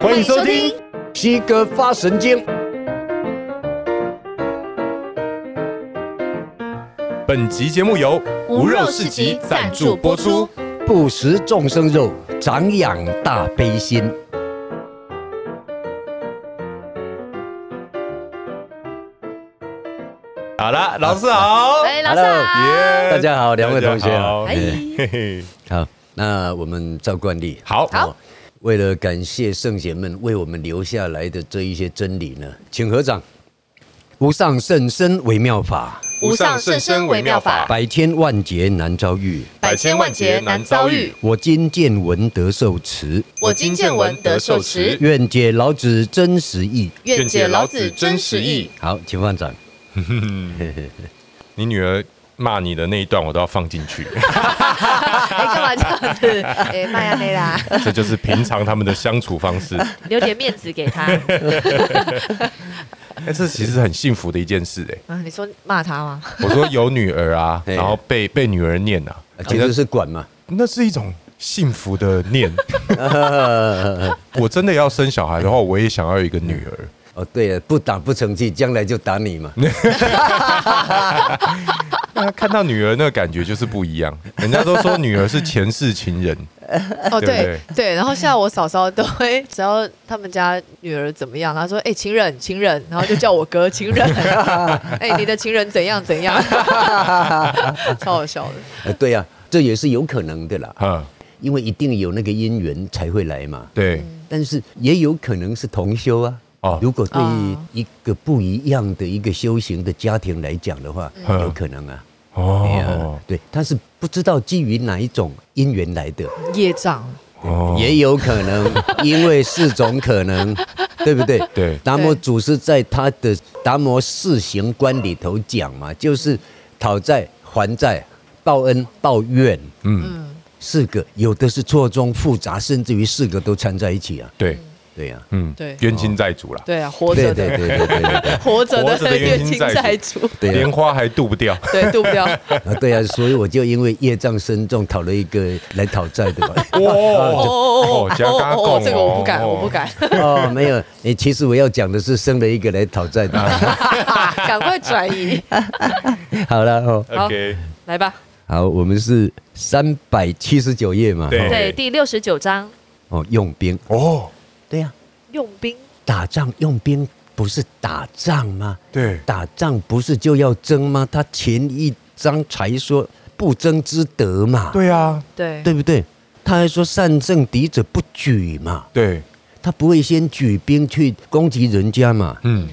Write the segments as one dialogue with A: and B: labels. A: 欢迎收听《西哥发神经》。
B: 本集节目由无肉市集赞助播出。
A: 不食众生肉，长养大悲心。
B: 好了，老师好，
C: 哎，老师
A: Hello，
C: 好，
A: 大家好，两位同学好。
B: 大家好
A: 哎
B: 嘿嘿
A: 好，那我们照惯例，哦
B: 好，
C: 好
A: 为了感谢圣贤们为我们留下来的这一些真理呢，请合掌。无上甚深微妙法，
C: 无上甚深微妙法，
A: 百千万劫难遭遇。
C: 百千万劫难遭遇。
A: 我今见闻得受持，
C: 我今见闻得受持，
A: 愿解老子真实意。
C: 愿解老子真实意。
A: 好，请放掌。
B: 你女儿骂你的那一段，我都要放进去，
C: 哎，干嘛这样 子？哎，麦亚内啦，
B: 这就是平常他们的相处方 式。
C: 留点面子给 他。
B: 哎，这其实很幸福的一件事哎。
C: 嗯你说骂他吗？
B: 我说有女儿 啊，
A: 嘿
B: 然后被被女儿念啊，
A: 其实是管嘛，
B: 那是一种幸福的 念。我真的要生小孩的话，我也想要有一个女儿。
A: 哦，对了，不打不成器，将来就打你嘛。
B: 那看到女儿那个感觉就是不一样，人家都说女儿是前世情人，对
C: 哦，
B: 不
C: 对对，然后像我嫂嫂都会， 只要他们家女儿怎么样，她说：“哎，情人，情人”，然后就叫我哥情 人。哎，你的情人怎样怎 样，超好笑的。
A: 呃，对呀、这也是有可能的啦，
B: 哈，
A: 因为一定有那个姻缘才会来嘛。
B: 对，
A: 但是也有可能是同修啊。
B: 哦
A: 如果对于
C: 哦
A: 一个不一样的一个修行的家庭来讲的话，
B: 嗯
A: 有可能啊。哎
B: 哦
A: 呀，，对，他是不知道基于哪一种因缘来的，
C: 业障，
B: 哦
A: 也有可能因为四种 可能，对不对？
B: 对
A: 达摩
C: 对
A: 祖师在他的《达摩四行观》里头讲嘛，就是讨债、还债、报恩、报怨，
B: 嗯，
A: 四个有的是错综复杂，甚至于四个都掺在一起啊。
B: 对，
A: 对呀、
B: 嗯，
C: 对
B: 冤亲债主啦，
C: 对啊，活
A: 对
C: 着
A: 对
C: 的
A: 对对对对对
C: 活着
B: 活着
C: 的
B: 的冤
C: 冤
B: 亲
C: 亲
B: 债主
C: 债主，
A: 对啊
B: 莲花还渡不 掉，
C: 对，渡不掉。
A: 啊，对呀、所以我就因为业障深重，讨了一个来讨债的 嘛。
B: 哇
C: 哦哦哦
B: 加加
C: 哦
B: 贡
C: 哦，这个我不敢，我不，
B: 哦
C: 敢，
A: 哦，没有，诶，其实我要讲的是生了一个来讨债
B: 啊
A: 的。
C: 赶快转移，
A: 好了哦，
B: 哦 OK，
C: 来吧。
A: 好，我们是三百七十九页嘛。
B: 对
D: 对，第六十九章
A: 哦，用兵。
B: 哦，
A: 对呀、
C: 用兵
A: 打仗用兵不是打仗吗？
B: 对，
A: 打仗不是就要争吗？他前一章才说不争之德嘛，
B: 对啊，
C: 对
A: 对不对？他还说善政敌者不举嘛，
B: 对，
A: 他不会先举兵去攻击人家嘛，
B: 嗯，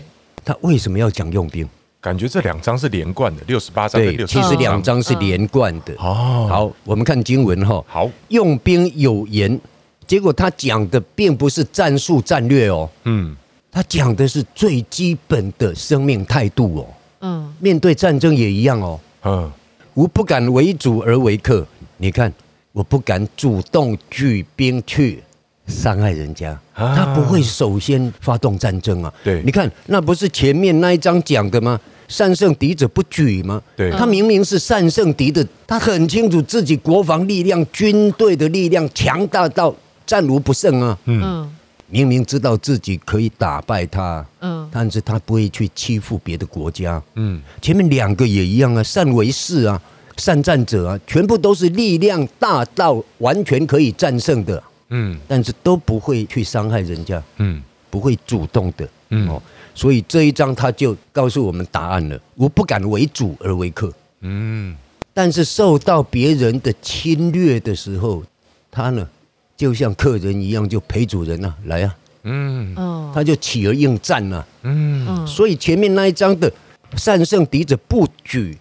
A: 他为什么要讲用兵？
B: 感觉这两张是连贯的，六十八章跟
A: 对，
B: 六
A: 其实两章是连贯的。
B: 哦，
A: 好，我们看经文哈、
B: 好，
A: 用兵有言，结果他讲的并不是战术战略哦，
B: 嗯，
A: 他讲的是最基本的生命态度哦。
C: 嗯，
A: 面对战争也一样哦，
B: 嗯，
A: 吾不敢为主而为客。你看，我不敢主动举兵去伤害人家，
B: 啊
A: 他不会首先发动战争啊。
B: 对
A: 你看，那不是前面那一章讲的吗？善胜敌者不举吗？
B: 对
A: 他明明是善胜敌的，他很清楚自己国防力量、军队的力量强大到战无不胜啊。
C: 嗯
A: 明明知道自己可以打败他，
C: 嗯
A: 但是他不会去欺负别的国家。
B: 嗯，
A: 前面两个也一样啊，善为士啊，善战者啊，全部都是力量大到完全可以战胜的，
B: 嗯，
A: 但是都不会去伤害人家，
B: 嗯，
A: 不会主动的，
B: 嗯
A: 哦，所以这一章他就告诉我们答案了：我不敢为主而为客，
B: 嗯，
A: 但是受到别人的侵略的时候，他呢就像客人一样，就陪主人啊，来啊，
B: 嗯，
C: 嗯
A: 他就起而应战啊。
B: 嗯，
C: 嗯，
A: 所以前面那一章的善胜敌者不举，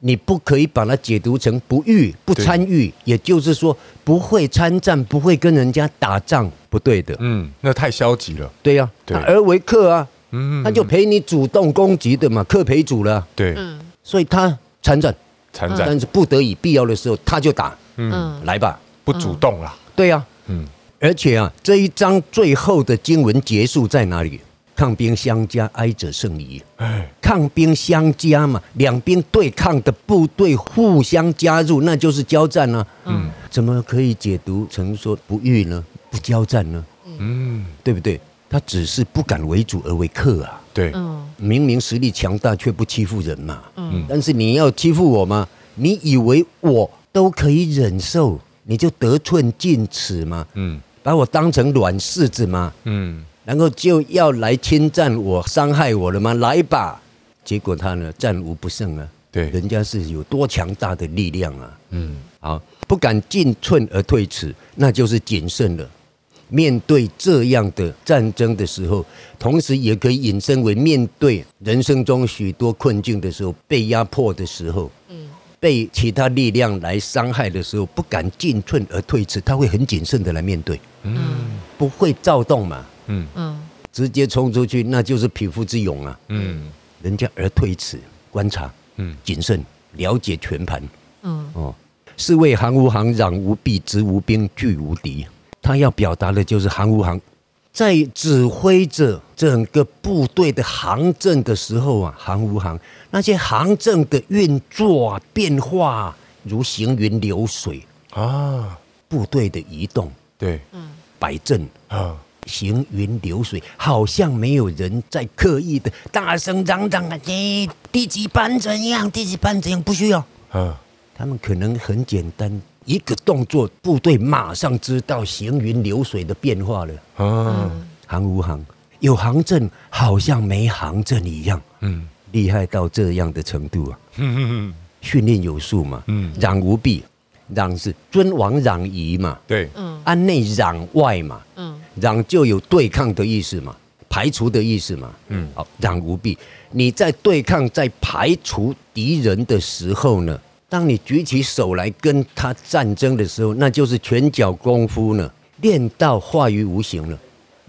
A: 你不可以把它解读成不遇、不参与，也就是说不会参战，不会跟人家打仗，不对的。
B: 嗯，那太消极了，
A: 对呀、
B: 对
A: 他而为客啊，
B: 嗯，
A: 他就陪你主动攻击的嘛，客陪主了啊，
B: 对，
C: 嗯
A: 所以他参战，
B: 参战
A: 但是不得已必要的时候他就打，
C: 嗯
A: 来吧，
B: 不主动啦，
A: 对呀、
B: 嗯，
A: 而且啊，这一章最后的经文结束在哪里？抗兵相加，哀者胜矣。
B: 哎，
A: 抗兵相加嘛，两边对抗的部队互相加入，那就是交战呢、啊。嗯，怎么可以解读成说不遇呢？不交战呢？嗯，
B: 嗯，
A: 对不对？他只是不敢为主而为客啊，
B: 对，
C: 嗯，
A: 明明实力强大却不欺负人嘛。
B: 嗯
A: 但是你要欺负我吗？你以为我都可以忍受，你就得寸进尺吗？
B: 嗯
A: 把我当成软柿子吗？
B: 嗯，
A: 然后就要来侵占我、伤害我了吗？来吧！结果他呢，战无不胜啊。
B: 对
A: 人家是有多强大的力量啊！
B: 嗯，
A: 好，不敢进寸而退尺，那就是谨慎了。面对这样的战争的时候，同时也可以引申为面对人生中许多困境的时候，被压迫的时候，嗯，被其他力量来伤害的时候，不敢进寸而退尺，他会很谨慎的来面对，
C: 嗯
A: 不会躁动嘛。
B: 嗯
C: 嗯
A: 直接冲出去，那就是匹夫之勇啊！
B: 嗯
A: 人家而退此，观察、
B: 嗯
A: 谨慎，了解全盘
C: 嗯
A: 哦。是谓行无行，攘无弊，执无兵，据无敌。他要表达的就是行无行，在指挥着整个部队的行政的时候啊，行无行那些行政的运作啊、变化啊、如行云流水，
B: 啊，
A: 部队的移动、
B: 对
A: 嗯摆阵、
B: 啊，
A: 行云流水，好像没有人在刻意的大声嚷嚷啊，你第几班怎样，第几班怎样，不需要。
B: 啊，
A: 他们可能很简单，一个动作，部队马上知道行云流水的变化了。
B: 啊，
A: 行无行，有行政好像没行政一样，
B: 嗯
A: 厉害到这样的程度啊！
B: 嗯，
A: 训练有素嘛，
B: 嗯
A: 攘无弊，攘是尊王攘夷嘛，
B: 对，
C: 嗯
A: 安啊内攘外嘛，
C: 嗯
A: 攘就有对抗的意思嘛，排除的意思嘛。
B: 嗯
A: 好，攘无弊。你在对抗、在排除敌人的时候呢，当你举起手来跟他战争的时候，那就是拳脚功夫呢，练到化于无形了。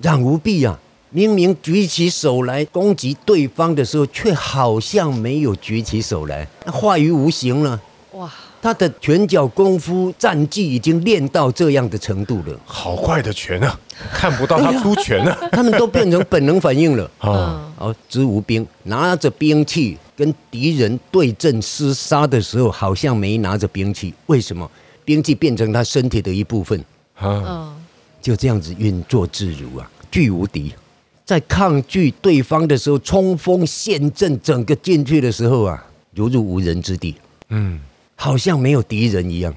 A: 攘无弊啊，明明举起手来攻击对方的时候，却好像没有举起手来，那化于无形了。
C: 哇，
A: 他的拳脚功夫战绩已经练到这样的程度了。
B: 好快的拳 啊，看不到他出拳啊，
A: 他们都变成本能反应了。
C: 嗯
B: 啊，
A: 哦，知无兵拿着兵器跟敌人对阵厮杀的时候，好像没拿着兵器，为什么？兵器变成他身体的一部分，
B: 啊，
C: 嗯
A: 就这样子运作自如啊，巨无敌。在抗拒对方的时候，冲锋陷阵，整个进去的时候啊，如入无人之地，
B: 嗯
A: 好像没有敌人一样。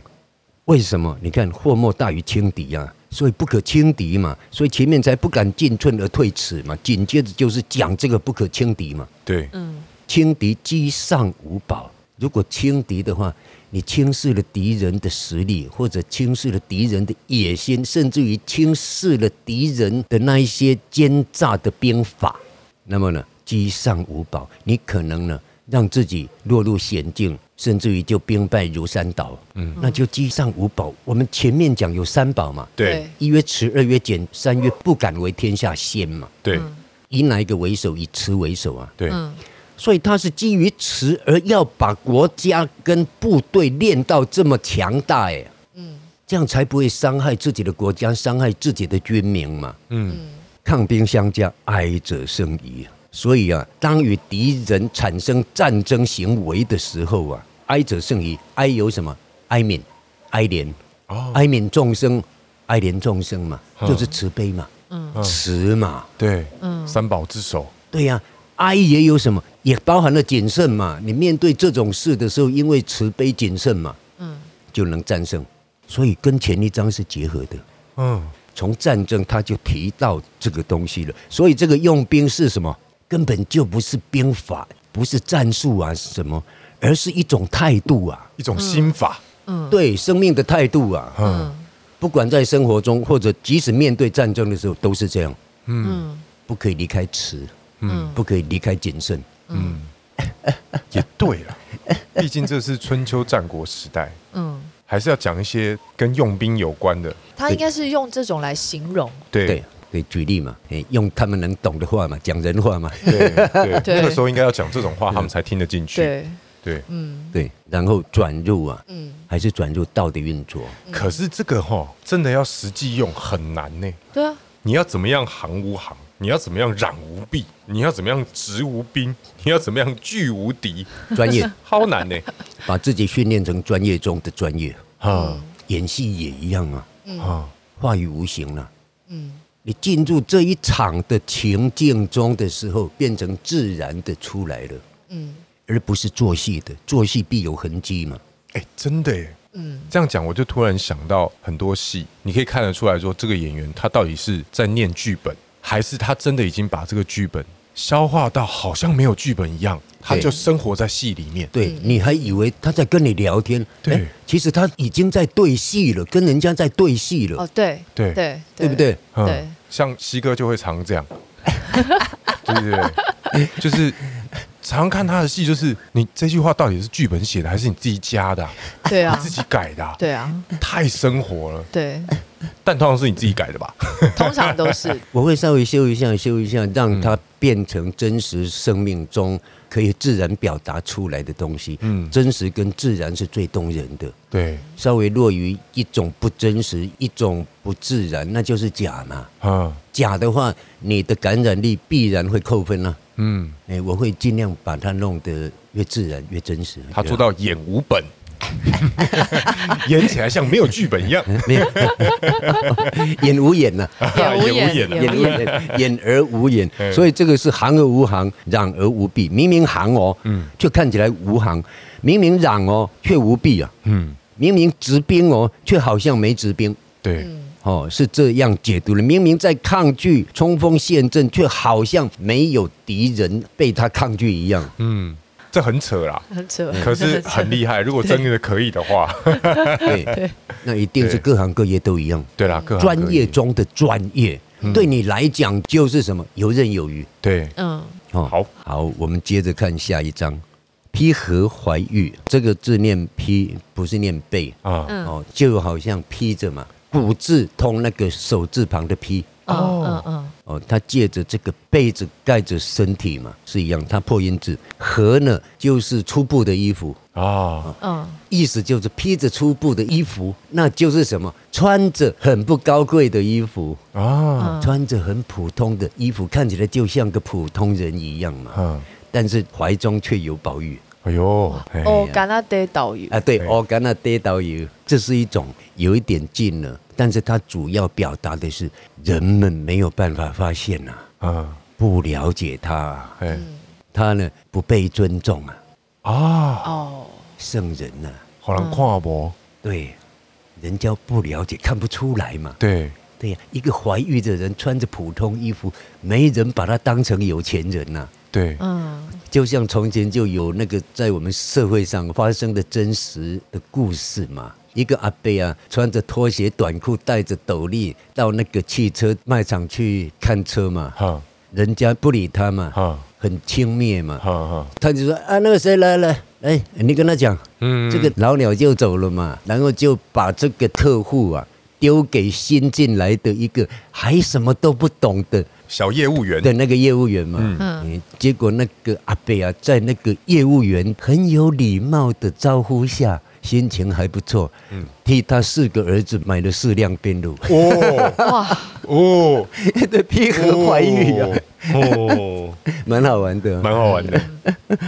A: 为什么？你看，祸莫大于轻敌啊，所以不可轻敌嘛，所以前面才不敢进寸而退尺嘛。紧接着就是讲这个不可轻敌嘛，
B: 对，
C: 嗯
A: 轻敌机上无宝。如果轻敌的话，你轻视了敌人的实力，或者轻视了敌人的野心，甚至于轻视了敌人的那一些奸诈的兵法，那么呢，机上无宝，你可能呢让自己落入险境，甚至于就兵败如山倒。嗯，那就机上无宝。我们前面讲有三宝嘛，
B: 对
A: 一曰持，二曰俭，三曰不敢为天下先嘛。
B: 对
A: 以哪一个为首？以持为首啊。
B: 对，
C: 嗯
A: 所以他是基于词，而要把国家跟部队练到这么强大，哎，
C: 嗯
A: 这样才不会伤害自己的国家，伤害自己的军民嘛。
B: 嗯
A: 抗兵相加，哀者生疑。所以啊，当与敌人产生战争行为的时候啊，哀者生疑。哀有什么？哀悯、哀怜、
B: 哦，
A: 哀悯众生、哀怜众生嘛，
B: 嗯
A: 就是慈悲嘛，
C: 嗯
A: 慈嘛。
B: 对，
C: 嗯
B: 三宝之首，
A: 对呀、哀也有什么，也包含了谨慎嘛。你面对这种事的时候，因为慈悲谨慎嘛，
C: 嗯
A: 就能战胜。所以跟前一章是结合的。
B: 嗯
A: 从战争他就提到这个东西了，所以这个用兵是什么？根本就不是兵法，不是战术啊什么，而是一种态度啊，
B: 一种心法，
C: 嗯
A: 对生命的态度啊。
B: 嗯
C: 嗯
A: 不管在生活中，或者即使面对战争的时候，都是这样，
C: 嗯
A: 不可以离开慈，
B: 嗯
A: 不可以离开谨慎。
B: 嗯，也对 了，毕竟这是春秋战国时代，
C: 嗯，
B: 还是要讲一些跟用兵有关的，
C: 他应该是用这种来形容，
A: 对
B: 对。
A: 对，举例嘛，哎，用他们能懂的话嘛，讲人话嘛，
C: 嗯
B: 对对，
C: 对
B: 那个时候应该要讲这种话，他们才听得进去。
C: 对，
B: 对，
C: 嗯
A: 对，然后转入啊，
C: 嗯，
A: 还是转入道的 运作，
B: 可是这个哈，真的要实际用很难呢。
C: 对啊，
B: 你要怎么样行无行？你要怎么样攘无弊？你要怎么样执无兵？你要怎么样拒无敌？
A: 专业，
B: 好难呢。
A: 把自己训练成专业中的 专业。
C: 嗯
B: 啊
A: 演戏也一样啊，
B: 啊，
A: 话语无形啊。
C: 嗯
A: 你进入这一场的情境中的时候，变成自然的出来了，
C: 嗯，
A: 而不是做戏的。做戏必有痕迹嘛。
B: 哎、真的耶。
C: 嗯，
B: 这样讲，我就突然想到很多戏，你可以看得出来说，这个演员他到底是在念剧本，还是他真的已经把这个剧本消化到好像没有剧本一样，他就生活在戏里面。
A: 对，
C: 嗯
A: 你还以为他在跟你聊天，
B: 对
A: 哎其实他已经在对戏了，跟人家在对戏了，
C: 哦，对
B: 对
C: 对
A: 对不？对？
B: 嗯
C: 对
B: 像西哥就会常这样， 对不对？就是常看他的戏，就是你这句话到底是剧本写的，还是你自己加的啊、
C: 对啊
B: 你自己改的、啊？
C: 对啊，
B: 太生活了。
C: 对，
B: 但通常是你自己改的吧？
C: 通常 都是
A: 我会稍微修一下，修一下，
B: 嗯
A: 让它变成真实生命中可以自然表达出来的东西。
B: 嗯
A: 真实跟自然是最动人的，
B: 对，
A: 稍微落于一种不真实，一种不自然，那就是假嘛。
B: 嗯
A: 假的话，你的感染力必然会扣分啦、
B: 嗯，
A: 哎，我会尽量把它弄得越自然越真实。
B: 他做到演无 本，演起来像没有剧本一样。
A: 没有 演啊无眼呐、
C: 演
B: 演
C: 无
B: 无
C: 演
B: 演啊
C: 演无演，
A: 演无 眼，演而无眼，
B: 嗯
A: 所以这个是行而无行，攘而无弊。明明行哦，
B: 嗯
A: 却看起来无行；明明攘哦，却无弊啊；
B: 嗯，
A: 明明直兵哦，却好像没直兵。
B: 对，
C: 嗯
A: 哦，是这样解读的。明明在抗拒冲锋陷阵，却好像没有敌人被他抗拒一样。
B: 嗯，这很扯啦，
C: 很扯，
B: 可是很厉害。如果真的可以的 话，
A: 对，那一定是
B: 对
A: 各行各业都一样。
B: 对啦，各行各嗯
A: 专业中的专业，对你来讲就是什么游刃有余。
B: 对，
C: 嗯，
A: 哦，
B: 好
A: 好，我们接着看下一章。披河怀玉，这个字念披，不是念背。
B: 啊，
C: 嗯
A: 哦，就好像披着嘛，古字通那个手字旁的披。
C: 嗯嗯嗯，
A: 哦，它借着这个被子盖着身体嘛，是一样。它破音字，和呢就是初步的衣服，
B: 啊，
C: 嗯，
A: 意思就是披着初步的衣服，那就是什么？穿着很不高贵的衣服，哦
B: 啊，
A: 穿着很普通的衣服，看起来就像个普通人一样嘛。
B: 嗯，
A: 但是怀中却有宝玉
B: 哎呦，哎
C: 哦，戛纳得导游，
A: 啊，对
B: 对
A: ，organa de 导游，这是一种有一点近了，但是它主要表达的是人们没有办法发现呐、
B: 嗯，
A: 不了解它啊、
B: 哎，
C: 嗯
A: 他呢不被尊重啊，
B: 啊，
C: 哦，
A: 圣人呐、啊，
B: 好难
C: 嗯
B: 跨博，
A: 对，人家不了解，看不出来嘛。
B: 对，
A: 对呀、一个怀孕的人穿着普通衣服，没人把他当成有钱人啊呐、
B: 对，
C: 嗯
A: 就像从前就有那个在我们社会上发生的真实的故事嘛。一个阿伯啊，穿着拖鞋、短裤，戴着斗笠，到那个汽车卖场去看车嘛，
B: 哈，
A: 人家不理他嘛，
B: 哈，
A: 很轻蔑嘛
B: 哈，，哈，
A: 他就说啊，那个谁来了，哎，你跟他讲，
B: 嗯
A: 这个老鸟就走了嘛，然后就把这个客户啊丢给新进来的一个还什么都不懂的
B: 小业务员，
A: 的那个业务员嘛。
B: 嗯
C: 嗯，
A: 嗯，结果那个阿贝啊，在那个业务员很有礼貌的招呼下，心情还不错，替他四个儿子买了四辆边炉，
B: 哦，
C: 哇，
B: 哦，
A: 对，披河怀玉啊，，
B: 哦，
A: 蛮好玩的啊、
B: 蛮好玩的，
C: 嗯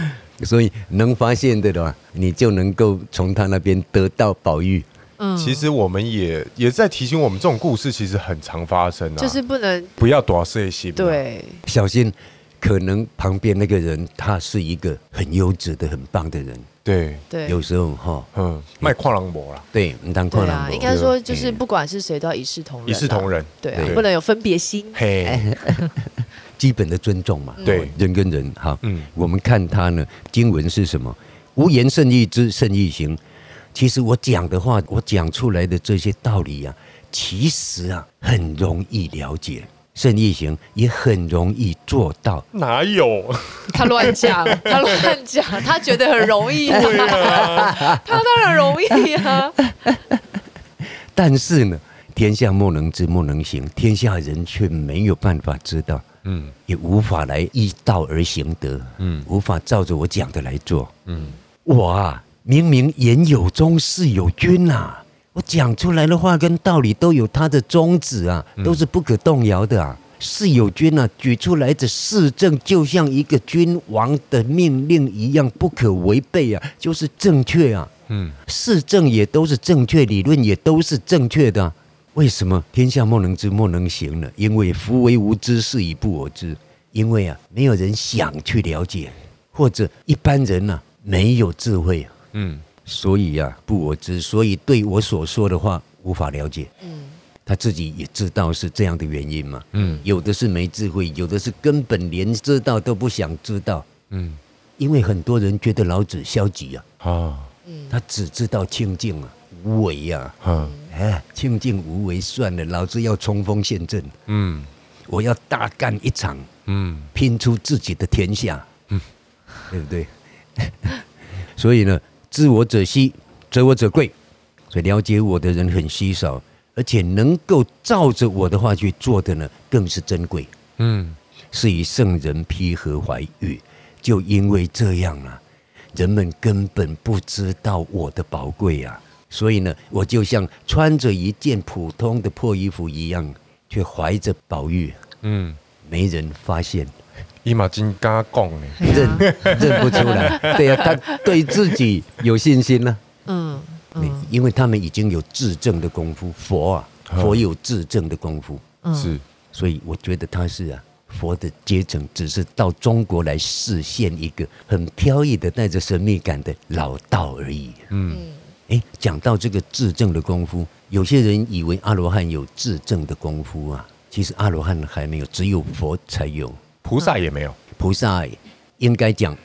A: 所以能发现的话，你就能够从他那边得到宝玉。
C: 嗯，
B: 其实我们也也在提醒我们，这种故事其实很常发生啊，
C: 就是不能
B: 不要多色心，，啊
C: 对，
A: 小心，可能旁边那个人他是一个很优质的、很棒的人，
B: 对，
C: 对，
A: 有时候哈，
B: 嗯，卖跨狼博啦，
A: 对，你当
C: 对
A: 矿
C: 啊
A: 狼，
C: 应该说就是
A: 嗯
C: 不管是谁都要一视同仁啊，
B: 一视同仁，
C: 对啊，
A: 对
C: 不能有分别心，
B: 嘿，
A: 基本的尊重嘛，
B: 对
A: 人跟人哈，
B: 嗯
A: 我们看他呢，经文是什么？无言胜义之，胜义行。其实我讲的话，我讲出来的这些道理啊，其实啊很容易了解，胜义行也很容易做到。
B: 哪有？
C: 他乱 讲，他乱讲，他觉得很容易、啊 他当然容易啊。
A: 但是呢，天下莫能知，莫能行，天下人却没有办法知道，
B: 嗯
A: 也无法来依道而行得，
B: 嗯
A: 无法照着我讲的来做。
B: 嗯，
A: 我啊，明明言有宗，事有君啊。我讲出来的话跟道理都有它的宗旨啊，都是不可动摇的啊。事有君啊，举出来的事政就像一个君王的命令一样，不可违背啊，就是正确啊。
B: 嗯
A: 事政也都是正确，理论也都是正确的啊、为什么天下莫能知，莫能行呢？因为夫为无知，是以不我知。因为啊，没有人想去了解，或者一般人呢、没有智慧、啊，
B: 嗯，
A: 所以啊，不我知，所以对我所说的话无法了解。他自己也知道是这样的原因嘛。
B: 嗯
A: 有的是没智慧，有的是根本连知道都不想知道，
B: 嗯，
A: 因为很多人觉得老子消极啊，
B: 啊，
A: 他只知道清净啊、无为啊，
B: 嗯
A: 哎，清净无为算了，老子要冲锋陷阵，
B: 嗯
A: 我要大干一场，
B: 嗯
A: 拼出自己的天下，对不对？ 所以呢，知我者稀，择我者贵。所以了解我的人很稀少，而且能够照着我的话去做的呢，更是珍贵。
B: 嗯，
A: 是以圣人披和怀玉。就因为这样啊，人们根本不知道我的宝贵啊。所以呢，我就像穿着一件普通的破衣服一样，却怀着宝玉，
B: 嗯，
A: 没人发现。
B: 伊嘛真敢讲
C: 啊
B: 呢，
A: 认 认不出来。对呀、啊他对自己有信心呢、
C: 嗯嗯
A: 因为他们已经有自证的功夫。佛啊，
B: 嗯
A: 佛有自证的功夫，
C: 嗯，
B: 是，
A: 所以我觉得他是啊。佛的阶层只是到中国来实现一个很飘逸的、带着神秘感的老道而已。
B: 嗯
A: 诶，讲到这个自证的功夫，有些人以为阿罗汉有自证的功夫啊，其实阿罗汉还没有，只有佛才有。
B: 菩萨也没有，
A: 菩萨应该讲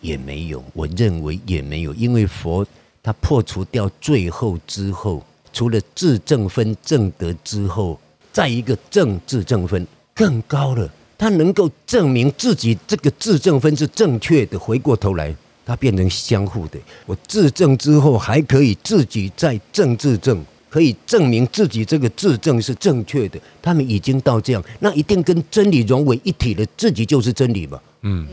A: 也没有，我认为也没有，因为佛他破除掉最后之后，除了自证分正德之后，再一个正自证分更高了，他能够证明自己这个自证分是正确的，回过头来。它变成相互的，我自证之后还可以自己再正自证，可以证明自己这个自证是正确的。他们已经到这样，那一定跟真理融为一体了，自己就是真理嘛。
B: 嗯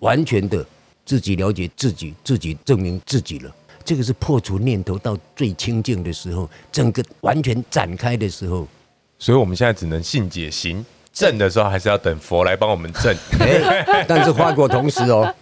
A: 完全的自己了解自己，自己证明自己了。这个是破除念头到最清净的时候，整个完全展开的时候，
B: 所以我们现在只能信解行，正的时候还是要等佛来帮我们正
A: 哎，但是花果同时哦，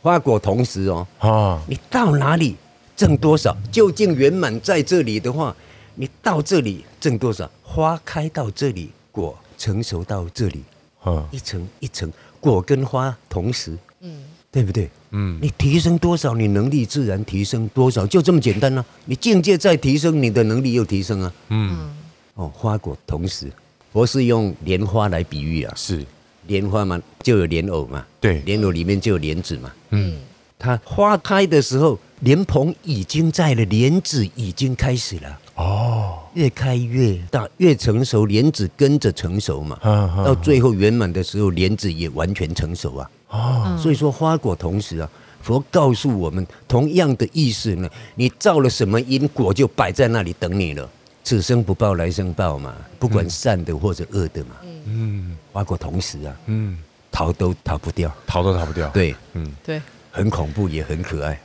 A: 花果同时哦，
B: 啊，
A: 你到哪里挣多少，究竟圆满在这里的话，你到这里挣多少，花开到这里，果成熟到这里，
B: 嗯
A: 一层一层，果跟花同时，
C: 嗯
A: 对不对？
B: 嗯
A: 你提升多少，你能力自然提升多少，就这么简单啊！你境界在提升，你的能力又提升啊！
B: 嗯，
A: 哦，花果同时，佛是用莲花来比喻啊，
B: 是，
A: 莲花嘛，就有莲藕嘛，
B: 对
A: 莲藕里面就有莲子嘛。
B: 嗯
A: 它花开的时候，莲蓬已经在了，莲子已经开始了，
B: 哦，
A: 越开越大，越成熟，莲子跟着成熟嘛。到
B: 啊
A: 最后圆满的时候，莲子也完全成熟啊。
B: 啊，
A: 所以说花果同时啊，佛告诉我们同样的意思呢，你造了什么因果就摆在那里等你了，此生不报来生报嘛，不管善的或者恶的嘛，
B: 嗯
A: 花果同时啊，
B: 嗯，
A: 逃都逃不掉，
B: 逃都逃不掉，，
A: 对，
B: 嗯，
C: 对，
A: 很恐怖也很可爱，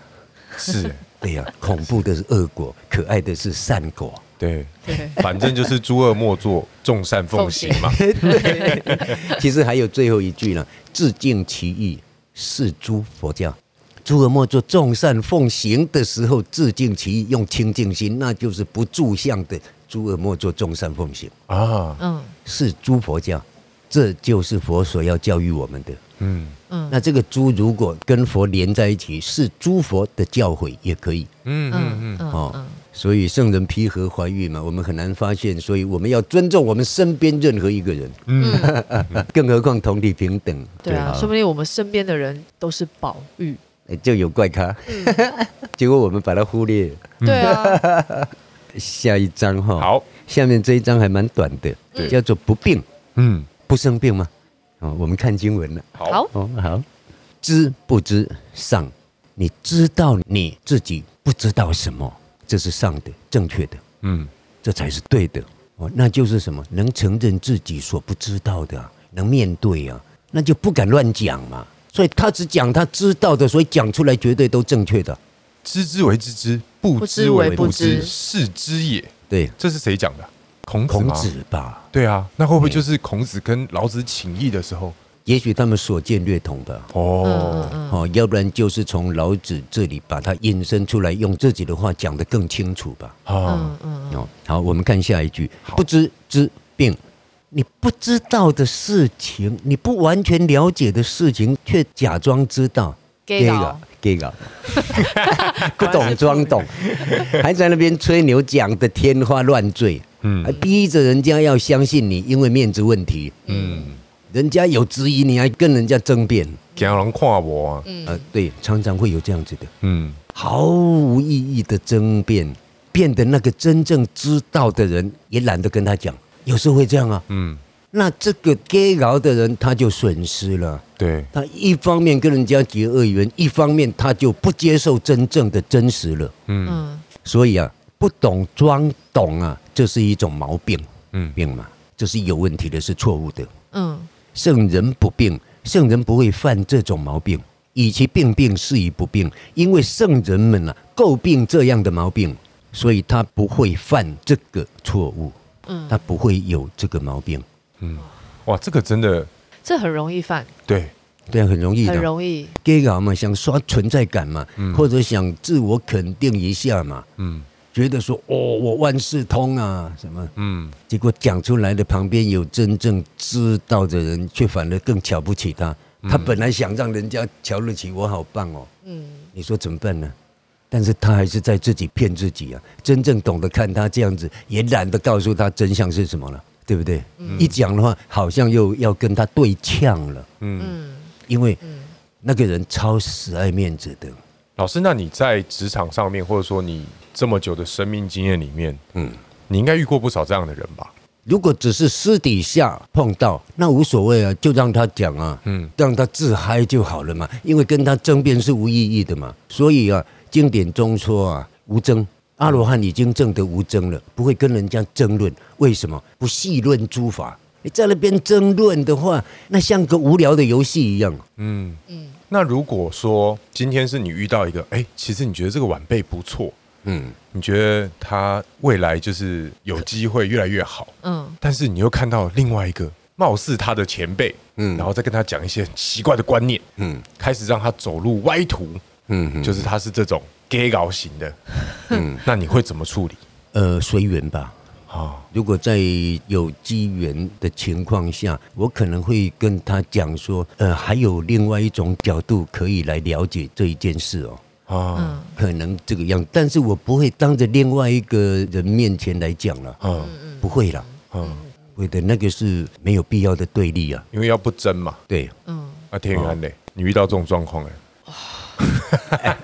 B: 是，
A: 对呀、恐怖的是恶果，可爱的是善果。
B: 对，
C: 对
B: 反正就是诸恶莫作，众善奉行嘛，
A: 其实还有最后一句呢，致敬其意，是诸佛教。诸恶莫作，众善奉行的时候，致敬其意，用清净心，那就是不住相的诸恶莫作，众善奉行，
B: 啊，
C: 嗯
A: 是诸佛教。这就是佛所要教育我们的。
B: 嗯
C: 嗯
A: 那这个诸如果跟佛连在一起，是诸佛的教诲也可以。
B: 嗯嗯
C: 嗯
B: 嗯，
A: 哦
C: 嗯，
A: 所以圣人披和怀玉嘛，我们很难发现，所以我们要尊重我们身边任何一个人，
C: 嗯，
A: 更何况同理平等，
C: 对啊，
A: 好
C: 说不定我们身边的人都是宝玉。
A: 就哎有怪咖，
C: 嗯
A: 结果我们把它忽略。
B: 嗯
C: 对啊，
A: 下一章哈，
B: 好，
A: 下面这一章还蛮短的，
B: 对
A: 叫做不病
B: 嗯，
A: 不生病吗？哦，我们看经文了。
B: 好
C: 好，，
A: 哦，好，知不知上，你知道你自己不知道什么，这是上的正确的，
B: 嗯
A: 这才是对的哦。那就是什么？能承认自己所不知道的啊、能面对啊，那就不敢乱讲嘛。所以他只讲他知道的，所以讲出来绝对都正确的。
B: 知之为知之，不
C: 不
B: 知
C: 知
B: 为
C: 为
B: 不
C: 不
B: 知，
C: 知
B: 是知也。
A: 对，
B: 这是谁讲的啊？孔子嗯
A: 孔
B: 吗？
A: 子吧，
B: 对啊，那会不会就是孔子跟老子请益的时候，
A: 也许他们所见略同吧。
B: 哦，
A: 哦，要不然就是从老子这里把它引申出来，用自己的话讲得更清楚吧。
B: 啊，
A: 哦，好，我们看下一句，不知之病。你不知道的事情，你不完全了解的事情，却假装知道，
C: 给
A: 个
C: 搞
A: 给个， 不懂装懂，还在那边吹牛，讲的天花乱坠，嗯，还逼着人家要相信你，因为面子问题，嗯，人家有质疑，你还跟人家争辩，
B: 惊人看我啊，
A: 呃，对，常常会有这样子的，
B: 嗯，
A: 毫无意义的争辩，变得那个真正知道的人也懒得跟他讲，有时候会这样啊。
B: 嗯，
A: 那这个 gay 饶的人他就损失了，
B: 对，
A: 他一方面跟人家结恶缘，一方面他就不接受真正的真实了。
B: 嗯
C: 嗯，
A: 所以啊，不懂装懂啊，这是一种毛病，
B: 嗯
A: 病嘛，这是有问题的，是错误的。
C: 嗯，
A: 圣人不病，圣人不会犯这种毛病。以其病病，是以不病。因为圣人们啊，诟病这样的毛病，所以他不会犯这个错误。嗯，他不会有这个毛病。
B: 哇，这个真的
C: 这很容易犯，
B: 对，
A: 对啊，很容易
C: 很
A: 的。
C: 容易。
A: gay 佬嘛，想刷存在感嘛，或者想自我肯定一下嘛，
B: 嗯
A: 觉得说哦，我万事通啊，什么？
B: 嗯，
A: 结果讲出来的旁边有真正知道的人，却反而更瞧不起他。
B: 嗯
A: 他本来想让人家瞧得起我，好棒哦。
C: 嗯，
A: 你说怎么办呢？但是他还是在自己骗自己啊！真正懂得看他这样子，也懒得告诉他真相是什么了，对不对？一讲的话，好像又要跟他对呛了，
B: 嗯，
A: 因为那个人超死爱面子的。
B: 老师，那你在职场上面，或者说你这么久的生命经验里面，
A: 嗯，
B: 你应该遇过不少这样的人吧？
A: 如果只是私底下碰到，那无所谓啊，就让他讲啊，
B: 嗯
A: 嗯，让他自嗨就好了嘛，因为跟他争辩是无意义的嘛。所以啊，经典中说啊，无争，阿罗汉已经证得无争了，不会跟人家争论。为什么不细论诸法？你在那边争论的话，那像个无聊的游戏一样。
B: 嗯嗯。那如果说今天是你遇到一个，哎、其实你觉得这个晚辈不错，
A: 嗯，
B: 你觉得他未来就是有机会越来越好，
C: 嗯，
B: 但是你又看到另外一个貌似他的前辈，嗯，
A: 嗯
B: 然后再跟他讲一些很奇怪的观念，嗯
A: 嗯，
B: 开始让他走路歪途，嗯，就是他是这种 gay 搞型的，嗯，那你会怎么处理
A: 呃，随缘吧。
B: 啊？
A: 如果在有机缘的情况下，我可能会跟他讲说，呃，还有另外一种角度可以来了解这一件事哦，
C: 嗯
B: 啊，
A: 可能这个样子，但是我不会当着另外一个人面前来讲了，
B: 嗯
A: 不会啦，
B: 嗯，
A: 不会的，那个是没有必要的对立啊，
B: 因为要不争嘛。
A: 对，
C: 嗯
B: 啊，天安嘞，你遇到这种状况哎，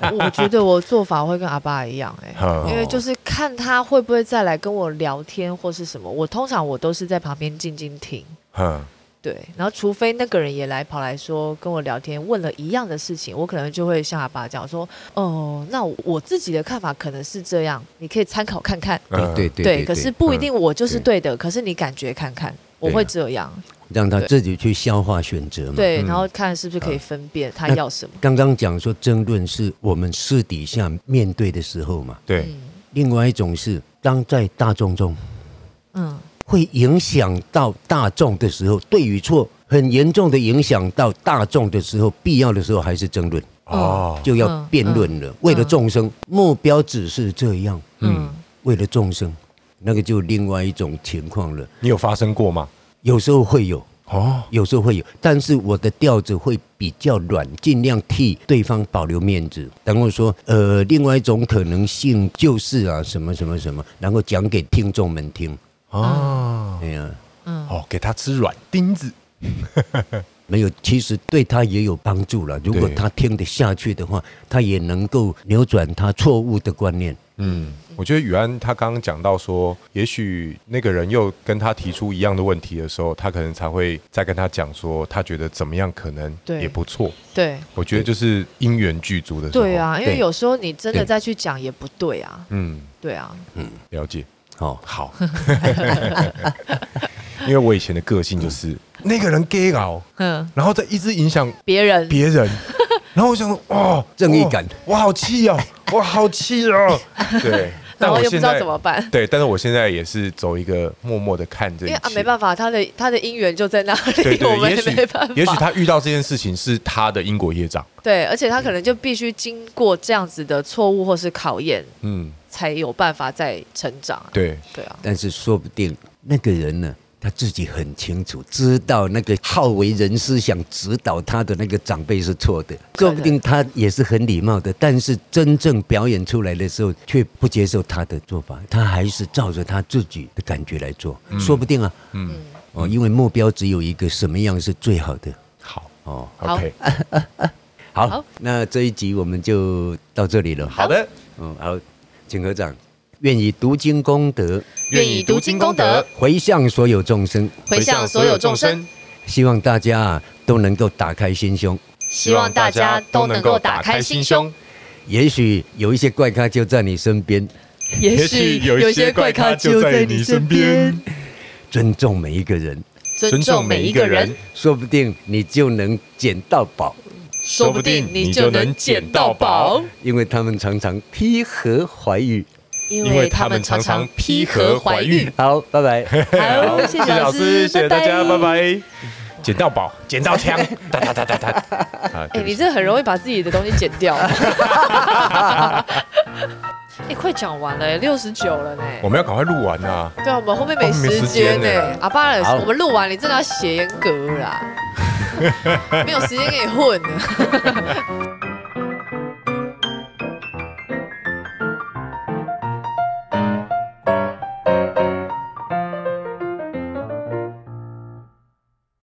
C: 我觉得我做法会跟阿爸一样、哎、
B: 哦
C: 因为就是看他会不会再来跟我聊天或是什么。我通常我都是在旁边静静听，
B: 哈，
C: 对，然后除非那个人也来跑来说跟我聊天，问了一样的事情，我可能就会像阿爸讲说，哦，那我自己的看法可能是这样，你可以参考看看。
B: 嗯
A: 对对对，
C: 可是不一定我就是
A: 嗯
C: 对的，可是你感觉看看，我
A: 对
C: 会
A: 啊嗯
C: 这样，
A: 让他自己去消化选择嘛，
C: 对，然后看是不是可以分辨他要什么。
A: 刚刚讲说争论是我们私底下面对的时候嘛，
B: 对，
A: 另外一种是当在大众中。
C: 嗯
A: 会影响到大众的时候，对与错很严重的影响到大众的时候，必要的时候还是争论，
B: 哦，
A: 就要辩论了。为了众生，目标只是这样，
C: 嗯
A: 为了众生，那个就另外一种情况了。
B: 你有发生过吗？
A: 有时候会有，
B: 哦，
A: 有时候会有，但是我的调子会比较软，尽量替对方保留面子。然后说，呃，另外一种可能性就是啊，什么什么什么，然后讲给听众们听。
B: 哦，
A: 哎呀、
C: 嗯
B: 哦，给他吃软钉子，
A: 没有，其实对他也有帮助了。如果
B: 对
A: 他听得下去的话，他也能够扭转他错误的观念。
B: 嗯，我觉得宇安他刚刚讲到说，也许那个人又跟他提出一样的问题的时候，他可能才会再跟他讲说，他觉得怎么样可能
C: 对
B: 也不错。
C: 对
B: 我觉得就是因缘具足的时候。
C: 对，啊，因为
A: 对
C: 有时候你真的
A: 对
C: 再去讲也不对啊，
B: 嗯，
C: 对啊，
B: 了解。
A: 哦，
B: 好， 因为我以前的个性就是那个人 gay 佬，
C: 嗯，
B: 然后再一直影响
C: 别人
B: 别人， 然后我想说，哦，
A: 正义感
B: 哦我好气哦，我好气哦，对。但
C: 然
B: 我
C: 后又不
B: 现
C: 知道
B: 在
C: 怎么办。
B: 对，但是我现在也是走一个默默的看这一
C: 因为啊，
B: 切
C: 没办法，他的他的姻缘就在那里，
B: 对
C: 我
B: 对，
C: 们
B: 也
C: 也没办
B: 许
C: 法。
B: 也许他遇到这件事情是他的因果业障，
C: 对，而且他可能就必须经过这样子的错误或是考验，
B: 嗯，
C: 才有办法再成长、啊。
B: 对，
C: 对啊，
A: 但是说不定那个人呢，他自己很清楚，知道那个好为人师想指导他的那个长辈是错的，
C: 可能
A: 说不定他也是很礼貌的，但是真正表演出来的时候，却不接受他的做法，他还是照着他自己的感觉来做，说不定啊，嗯，哦，因为目标只有一个，什么样是最好的
B: 好
A: 哦。
C: 好啊
B: ，OK，
A: 好，
C: 好
A: 那这一集我们就到这里了。
B: 好的，
A: 嗯，好，请合掌，愿以读经功德
C: 愿以读经功德
A: 回向所有众生。
C: 回向所有众生，，
A: 希望大家啊都能够打开心胸，
C: 希望大家都能够打开心胸。，
A: 也许有一些怪咖就在你身边，
C: 也
B: 许有一些怪咖就在你身边，
A: 尊重每一个人，
C: 尊重每一个人，，
A: 说不定你就能捡到宝，
C: 说不定你就能捡到宝，，
A: 因为他们常常披河怀玉。
C: 因
B: 为他们常常披河怀玉。
A: 好，拜 拜。
C: 好，
B: 谢
C: 谢 谢
B: 谢老
C: 老
B: 师，
C: 师，
B: 谢谢大家，拜。拜。捡到宝，捡到枪，哒哒哒哒哒。啊，
C: 哎、
B: 对不
C: 你
B: 起
C: 这很容易把自己的东西剪 掉。哎、快讲完了、哎六十九了呢、
B: 我们要赶快录完啊！
C: 对啊，我们后面没时间呢、阿巴尔，
A: 好
C: 我们录完 你真的要写严格啦，没有时间给你混了。